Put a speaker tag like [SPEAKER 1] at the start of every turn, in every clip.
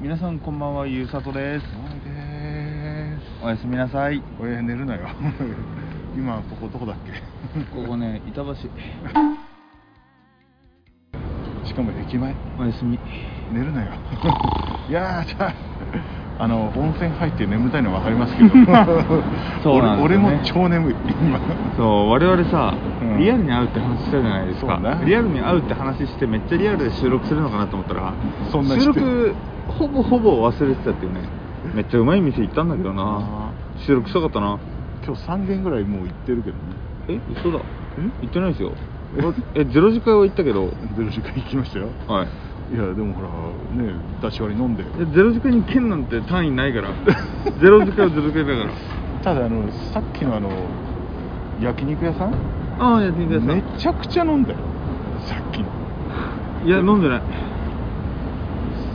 [SPEAKER 1] 皆さんこんばんはゆうさとです
[SPEAKER 2] お前で
[SPEAKER 1] おやすみなさい
[SPEAKER 2] す。おい寝るなよ。 今ここどこだっ
[SPEAKER 1] ここね板橋
[SPEAKER 2] け？ しかも駅前。
[SPEAKER 1] おやすみ
[SPEAKER 2] 寝るなよ。 いやーじゃあ。あの温泉入って眠たいの分かりま すけど
[SPEAKER 1] そうなんですよね
[SPEAKER 2] 俺俺も超眠い今
[SPEAKER 1] そう我々さ、
[SPEAKER 2] うん
[SPEAKER 1] リアルに会うって話したじゃないですか、
[SPEAKER 2] そうね
[SPEAKER 1] リアルに会うって話してめっちゃリアルで収録するのかなと思ったら
[SPEAKER 2] そんな
[SPEAKER 1] 収
[SPEAKER 2] して
[SPEAKER 1] 録ほぼほぼ忘れてたっていうねめっちゃうまい店行ったんだけどな収録したかったな
[SPEAKER 2] 今日3軒ぐらいもう行ってるけどね
[SPEAKER 1] え嘘だ
[SPEAKER 2] え
[SPEAKER 1] 行ってないですよえゼロ時間は行ったけど
[SPEAKER 2] ゼロ時間行きましたよ
[SPEAKER 1] はい
[SPEAKER 2] いやでもほらね出し割り飲んで
[SPEAKER 1] えゼロ時間に行けんなんて単位ないから ゼロ時間はゼロ時間だから
[SPEAKER 2] ただあのさっきのあの焼肉屋さん
[SPEAKER 1] ああやってみてくださ
[SPEAKER 2] めちゃくちゃ飲んだよさっきの
[SPEAKER 1] いいや飲んでない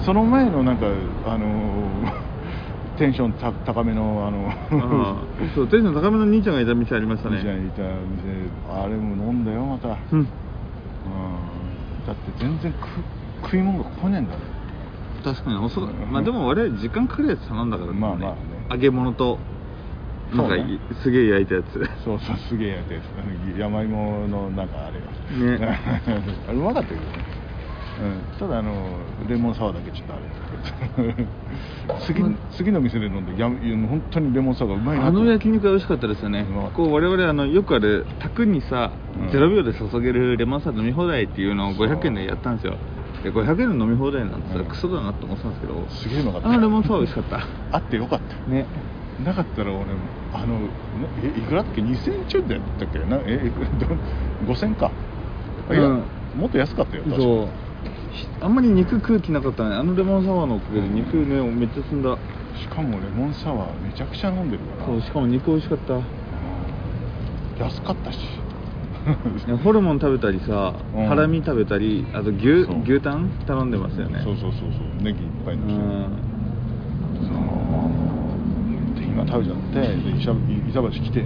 [SPEAKER 2] その前のなんかあの テンションた高めのあの
[SPEAKER 1] あ ーそうテンション高めの兄ちゃんがいた店ありました
[SPEAKER 2] 店
[SPEAKER 1] ね
[SPEAKER 2] にいた店あれも飲んだよまた、う
[SPEAKER 1] う
[SPEAKER 2] ん、
[SPEAKER 1] ん
[SPEAKER 2] だって全然食食い物が来ねえんだね
[SPEAKER 1] 確かに遅いまあでも我々時間かかるやつ頼んだから
[SPEAKER 2] まあまあね
[SPEAKER 1] 揚げ物となんかい、
[SPEAKER 2] そうね
[SPEAKER 1] すげえ焼いたやつ
[SPEAKER 2] そうそうすげえやつです山芋のなんかあれが
[SPEAKER 1] ね
[SPEAKER 2] あれうまかったけどね、うん、ただあのレモンサワーだけちょっとあれだけど 次
[SPEAKER 1] ま
[SPEAKER 2] 次の店で飲んでやや本当にレモンサワーがうまいな
[SPEAKER 1] あの焼肉は美味しかったですよね
[SPEAKER 2] うまかった
[SPEAKER 1] こう我々あのよくある卓にさ、
[SPEAKER 2] うん
[SPEAKER 1] 0秒で注げるレモンサワー飲み放題っていうのを500円でやったんですよで500円の飲み放題なんてさ、
[SPEAKER 2] うん
[SPEAKER 1] クソだなって思ってたんですけど
[SPEAKER 2] すげえうまかった
[SPEAKER 1] あのレモンサワー美味しかっ
[SPEAKER 2] あってよかった
[SPEAKER 1] たね
[SPEAKER 2] なかったら俺もあのなえいくらだっけ2000ちょいだったっけなええど5000かあいや、
[SPEAKER 1] うん
[SPEAKER 2] もっと安かったよ確か
[SPEAKER 1] そうひあんまり肉食う気なかったねあのレモンサワーのおかげで肉ねめっちゃ済んだ
[SPEAKER 2] しかもレモンサワーめちゃくちゃ飲んでるから
[SPEAKER 1] そうしかも肉美味しかった、
[SPEAKER 2] 安かったし
[SPEAKER 1] ねホルモン食べたりさ、
[SPEAKER 2] うん
[SPEAKER 1] ハラミ食べたりあと牛
[SPEAKER 2] そう
[SPEAKER 1] 牛タン頼んでましたよね
[SPEAKER 2] そうそうそうそうネギいっぱいの
[SPEAKER 1] う
[SPEAKER 2] きて
[SPEAKER 1] ん
[SPEAKER 2] そうで今食べちゃってで板板橋来て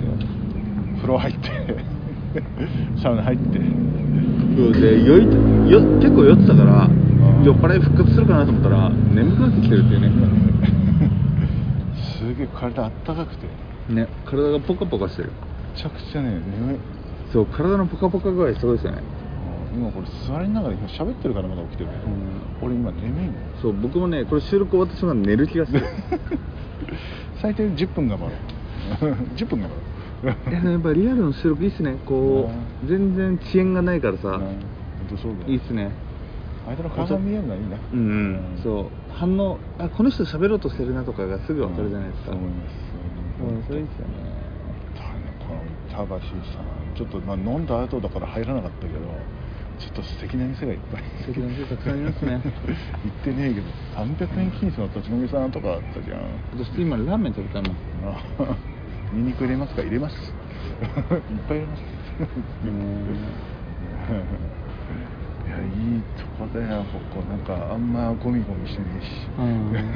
[SPEAKER 2] 風呂入って サウナ入って
[SPEAKER 1] そうで酔いよ結構酔ってたから
[SPEAKER 2] ん
[SPEAKER 1] 酔っ払い復活するかなと思ったら眠くなってきてるって いう
[SPEAKER 2] すげえ体あったかくて
[SPEAKER 1] ねね体がポカポカしてる
[SPEAKER 2] めちゃくちゃね眠い
[SPEAKER 1] そう体のポカポカ具合すごいですよね、
[SPEAKER 2] 今これ座りながら今喋ってるからまだ起きてるけど、俺今眠いもん
[SPEAKER 1] そう僕もねこれ収録終わった瞬間寝る気がする
[SPEAKER 2] 最低10分頑張ろう 10分頑張
[SPEAKER 1] いややっぱリアルの収録いいっすねこう全然遅延がないから
[SPEAKER 2] ろう
[SPEAKER 1] さ
[SPEAKER 2] うん本当そうだよ
[SPEAKER 1] いいっすね
[SPEAKER 2] 相手の顔が見えるのはいいな
[SPEAKER 1] うん、うん、そう反応あこの人喋ろうとしてるなとかがすぐ分かるじゃないですか、
[SPEAKER 2] うんそう思い
[SPEAKER 1] うん
[SPEAKER 2] ます
[SPEAKER 1] それいいっすよね
[SPEAKER 2] ただねこの板橋さんちょっと、まあ、飲んだ後だから入らなかったけどちょっと素敵な店がいっ ぱい
[SPEAKER 1] 素敵な店たくさんあります ね
[SPEAKER 2] 行ってねえけど300円均一の立ち飲み屋さんとかあったじゃん
[SPEAKER 1] 私今ラーメン食べたいもん
[SPEAKER 2] あ ニンニク入れますか入れます いっぱい入れますいやいいとこだよここなんかあんまゴミゴミしてねえし
[SPEAKER 1] うん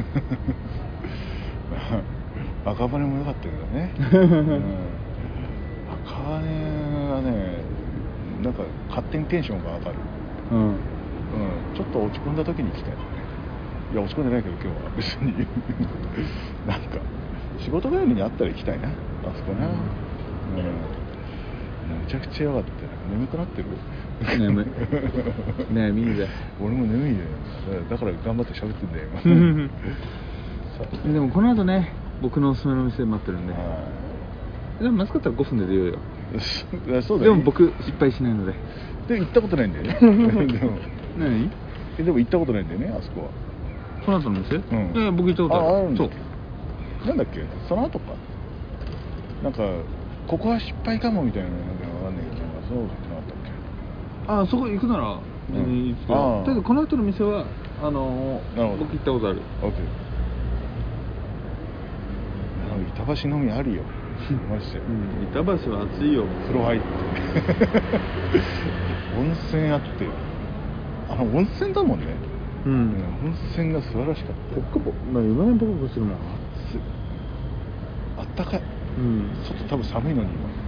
[SPEAKER 2] 赤羽も良かったけど ね、赤羽はねなんか勝手にテンションが上がる、
[SPEAKER 1] うん
[SPEAKER 2] うん、ちょっと落ち込んだ時に来たよねいや落ち込んでないけど今日は別に なんか仕事帰りにあったら行きたいなあそこな、うん、めちゃくちゃ良かったよ眠くなってる
[SPEAKER 1] 眠 い眠いぜ
[SPEAKER 2] 俺も眠いよだから頑張って喋ってんだよ 今さ
[SPEAKER 1] でもこの後ね僕のおすすめの店待ってるんででもまずかったら5分で出ようよ
[SPEAKER 2] あそうだ
[SPEAKER 1] で
[SPEAKER 2] よ
[SPEAKER 1] も僕失敗しないので
[SPEAKER 2] で行ったことないんだ よねでも
[SPEAKER 1] 何
[SPEAKER 2] えでも行ったことないんだよねあそこは
[SPEAKER 1] この後の店、
[SPEAKER 2] うん
[SPEAKER 1] いやいや僕行ったことある
[SPEAKER 2] ああるんだ
[SPEAKER 1] そ
[SPEAKER 2] っ
[SPEAKER 1] う
[SPEAKER 2] けなんだっけその後かなんかここは失敗かもみたいなのがわかんないけどそうじゃなかったっ
[SPEAKER 1] ああそこ行くなら別にいいですけど、
[SPEAKER 2] うんああ
[SPEAKER 1] ただこの後の店はあのー
[SPEAKER 2] なるほど
[SPEAKER 1] 僕行ったことある
[SPEAKER 2] け OK あの板橋のみ あるよマジで、
[SPEAKER 1] うん板橋は暑いよ
[SPEAKER 2] 風呂入って温泉あってあの温泉だもんね、
[SPEAKER 1] う
[SPEAKER 2] うん温泉が素晴らしかっ
[SPEAKER 1] ポッコポまあ馬にポコポコするもん
[SPEAKER 2] たあったかい
[SPEAKER 1] うん
[SPEAKER 2] 外多分寒いのに今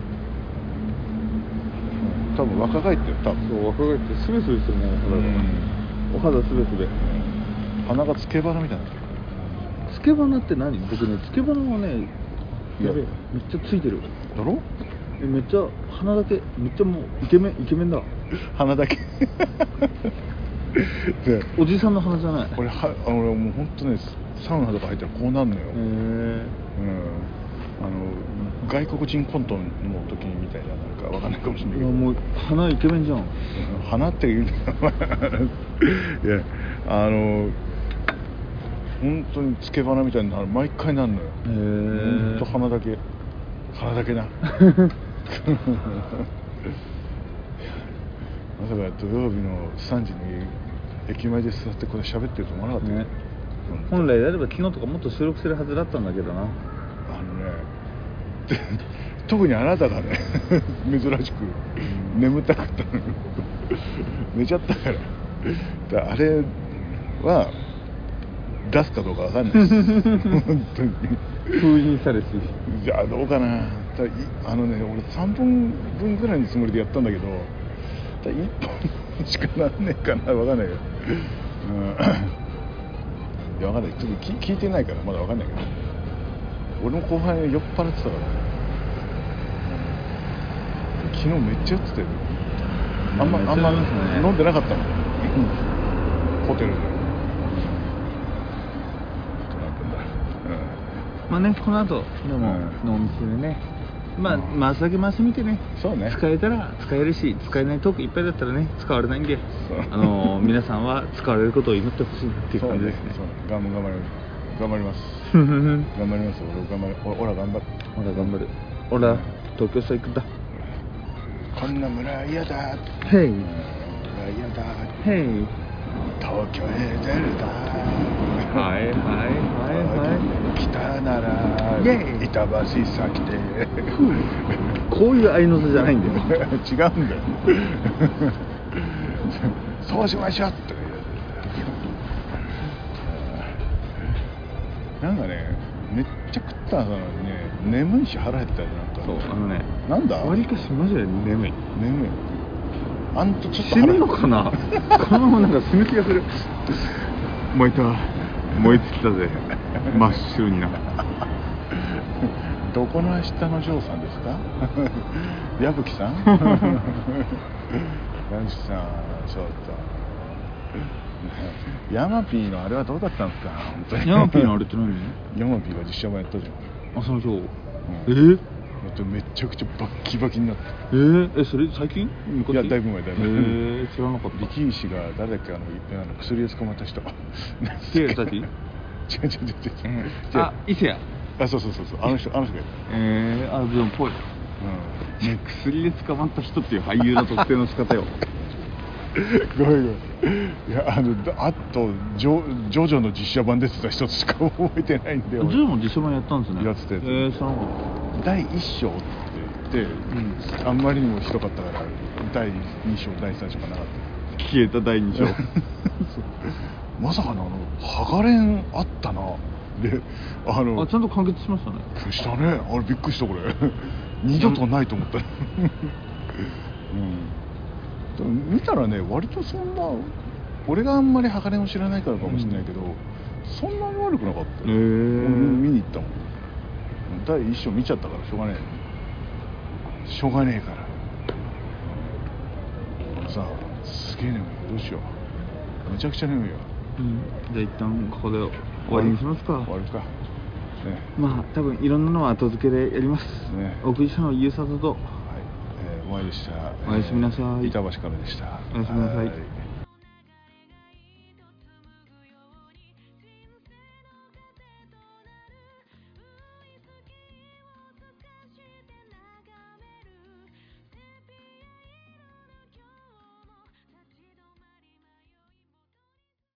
[SPEAKER 2] 多分若返ってる多分
[SPEAKER 1] そう若返ってスベスベしてるもんお肌がお肌スベスベ
[SPEAKER 2] 鼻がつけ鼻みたいになってる
[SPEAKER 1] つけ花って何僕ねつけ花もね
[SPEAKER 2] いや
[SPEAKER 1] やべえめっちゃついてる
[SPEAKER 2] だろ
[SPEAKER 1] えめっちゃ鼻だけめっちゃもうイケメンイケメンだ
[SPEAKER 2] 鼻 だけで
[SPEAKER 1] おじさんの鼻じゃない
[SPEAKER 2] 俺はあの俺もう本当ねサウナとか入ったらこうなるのよ、
[SPEAKER 1] へえ
[SPEAKER 2] うんあの外国人コントの時にみたいななんかわかんないかもしれない
[SPEAKER 1] い
[SPEAKER 2] け
[SPEAKER 1] や
[SPEAKER 2] ど
[SPEAKER 1] もう鼻イケメンじゃん
[SPEAKER 2] 花っていうのはいやあの本当につけ花みたいになる毎回なるのよ
[SPEAKER 1] へー
[SPEAKER 2] ほんと花だけ花だ けなまさか土曜日の3時に駅前で座ってこれ喋ってると思わなかったよ
[SPEAKER 1] ね
[SPEAKER 2] ほんと
[SPEAKER 1] 本来であれば昨日とかもっと収録するはずだったんだけどな
[SPEAKER 2] あのね 特にあなたがね 珍しく眠たかったのよ 寝ちゃったからだからあれは出すかどうかわかんない 本当に
[SPEAKER 1] 封印されし
[SPEAKER 2] じゃあどうかなただいあのね俺3本分ぐらいのつもりでやったんだけどただ1本しかなんねえかなわかんないよ、うん、いやわかんないちょっと聞聞いてないからまだわかんないけど俺も後輩酔っ払ってたから、うん昨日めっちゃ酔ってたよあんまあんま飲んでなかったのホテルで
[SPEAKER 1] まあねこの後でも
[SPEAKER 2] うん
[SPEAKER 1] のお店でねまあ
[SPEAKER 2] うん
[SPEAKER 1] 回すだけ回してみてね
[SPEAKER 2] そうね
[SPEAKER 1] 使えたら使えるし使えないトークいっぱいだったらね使われないんで
[SPEAKER 2] そう
[SPEAKER 1] あ のー皆さんは使われることを祈ってほしいっていう
[SPEAKER 2] そう
[SPEAKER 1] 感じで
[SPEAKER 2] ね
[SPEAKER 1] すね
[SPEAKER 2] そうね頑張頑張り頑張ります
[SPEAKER 1] ふふふ
[SPEAKER 2] 頑張ります俺頑張るおおら頑張る
[SPEAKER 1] ほら頑張るほら東京さ行くんだ
[SPEAKER 2] こんな村嫌だうん
[SPEAKER 1] ヘイ
[SPEAKER 2] 村嫌だ
[SPEAKER 1] ヘイ
[SPEAKER 2] 東京へ出るだ
[SPEAKER 1] はいはいは
[SPEAKER 2] 来たなら
[SPEAKER 1] イェイ
[SPEAKER 2] 板橋さ来
[SPEAKER 1] い
[SPEAKER 2] て
[SPEAKER 1] は いこういう愛の手じゃないんだよ
[SPEAKER 2] 違うんだよそうしましょうってなんかねめっちゃ食ったのにね眠いし腹減ったよなんか
[SPEAKER 1] そうあのね
[SPEAKER 2] なんだ
[SPEAKER 1] わりかしマジで眠い
[SPEAKER 2] 眠いあんたちょっと
[SPEAKER 1] 死ぬのか なこのままなんか死ぬ気がする燃えた燃え尽きたぜ真っ白にな
[SPEAKER 2] どこの明日のジョーさんです か矢吹さん矢吹さんちょっと ヤマピーのあれはどうだったんですか本当に
[SPEAKER 1] ヤマピーのあれって何
[SPEAKER 2] ヤマピーは実写版やったじゃん
[SPEAKER 1] あその今日え
[SPEAKER 2] うん
[SPEAKER 1] ー、
[SPEAKER 2] だってめちゃくちゃバッキバキになって
[SPEAKER 1] えー、えそれ最近
[SPEAKER 2] いやだいぶ前だいぶ前
[SPEAKER 1] えー、知らなかった
[SPEAKER 2] 力石が誰だっけあのあの薬で捕まった 人
[SPEAKER 1] せいやたち
[SPEAKER 2] 違う違う違う違う違う
[SPEAKER 1] あ伊勢や
[SPEAKER 2] あそうそうそうそうあの人あの人がやった
[SPEAKER 1] えー、あでもぽいね薬で捕まった人っていう俳優の特定の仕方よ
[SPEAKER 2] ごめんごめんいやあのだあとジョ「ジョジョ」の実写版出てた一つしか覚えてないん
[SPEAKER 1] ジ
[SPEAKER 2] で
[SPEAKER 1] ョ
[SPEAKER 2] 俺
[SPEAKER 1] ーも実写版やったんですね
[SPEAKER 2] やってたやつ
[SPEAKER 1] えー、知らなかった
[SPEAKER 2] 第1章って言って、あんまりにもひどかったから第2章第3章がなかった
[SPEAKER 1] 消えた第 二章
[SPEAKER 2] まさかのあの「ハガレンあったな」であの
[SPEAKER 1] あちゃんと完結しましたね
[SPEAKER 2] びっくりしたねあれびっくりしたこれ 二度とないと思った、うん、でも見たらね割とそんな俺があんまり鋼を知らないからかもしれないけど、そんなに悪くなかったよ
[SPEAKER 1] へー
[SPEAKER 2] 俺見に行ったもん第一章見ちゃったからしょうがねえしょうがねえから俺さすげえ眠いどうしようめちゃくちゃ眠いよ
[SPEAKER 1] うんじゃあ一旦ここで終わりにしますか
[SPEAKER 2] 終わるかね
[SPEAKER 1] まあ多分いろんなのは後付けでやります、
[SPEAKER 2] ね
[SPEAKER 1] お送りしたのはゆうさとと
[SPEAKER 2] はい、えー、お前でした。
[SPEAKER 1] おやすみなさい
[SPEAKER 2] えー板橋からでした。
[SPEAKER 1] おやすみなさい
[SPEAKER 2] は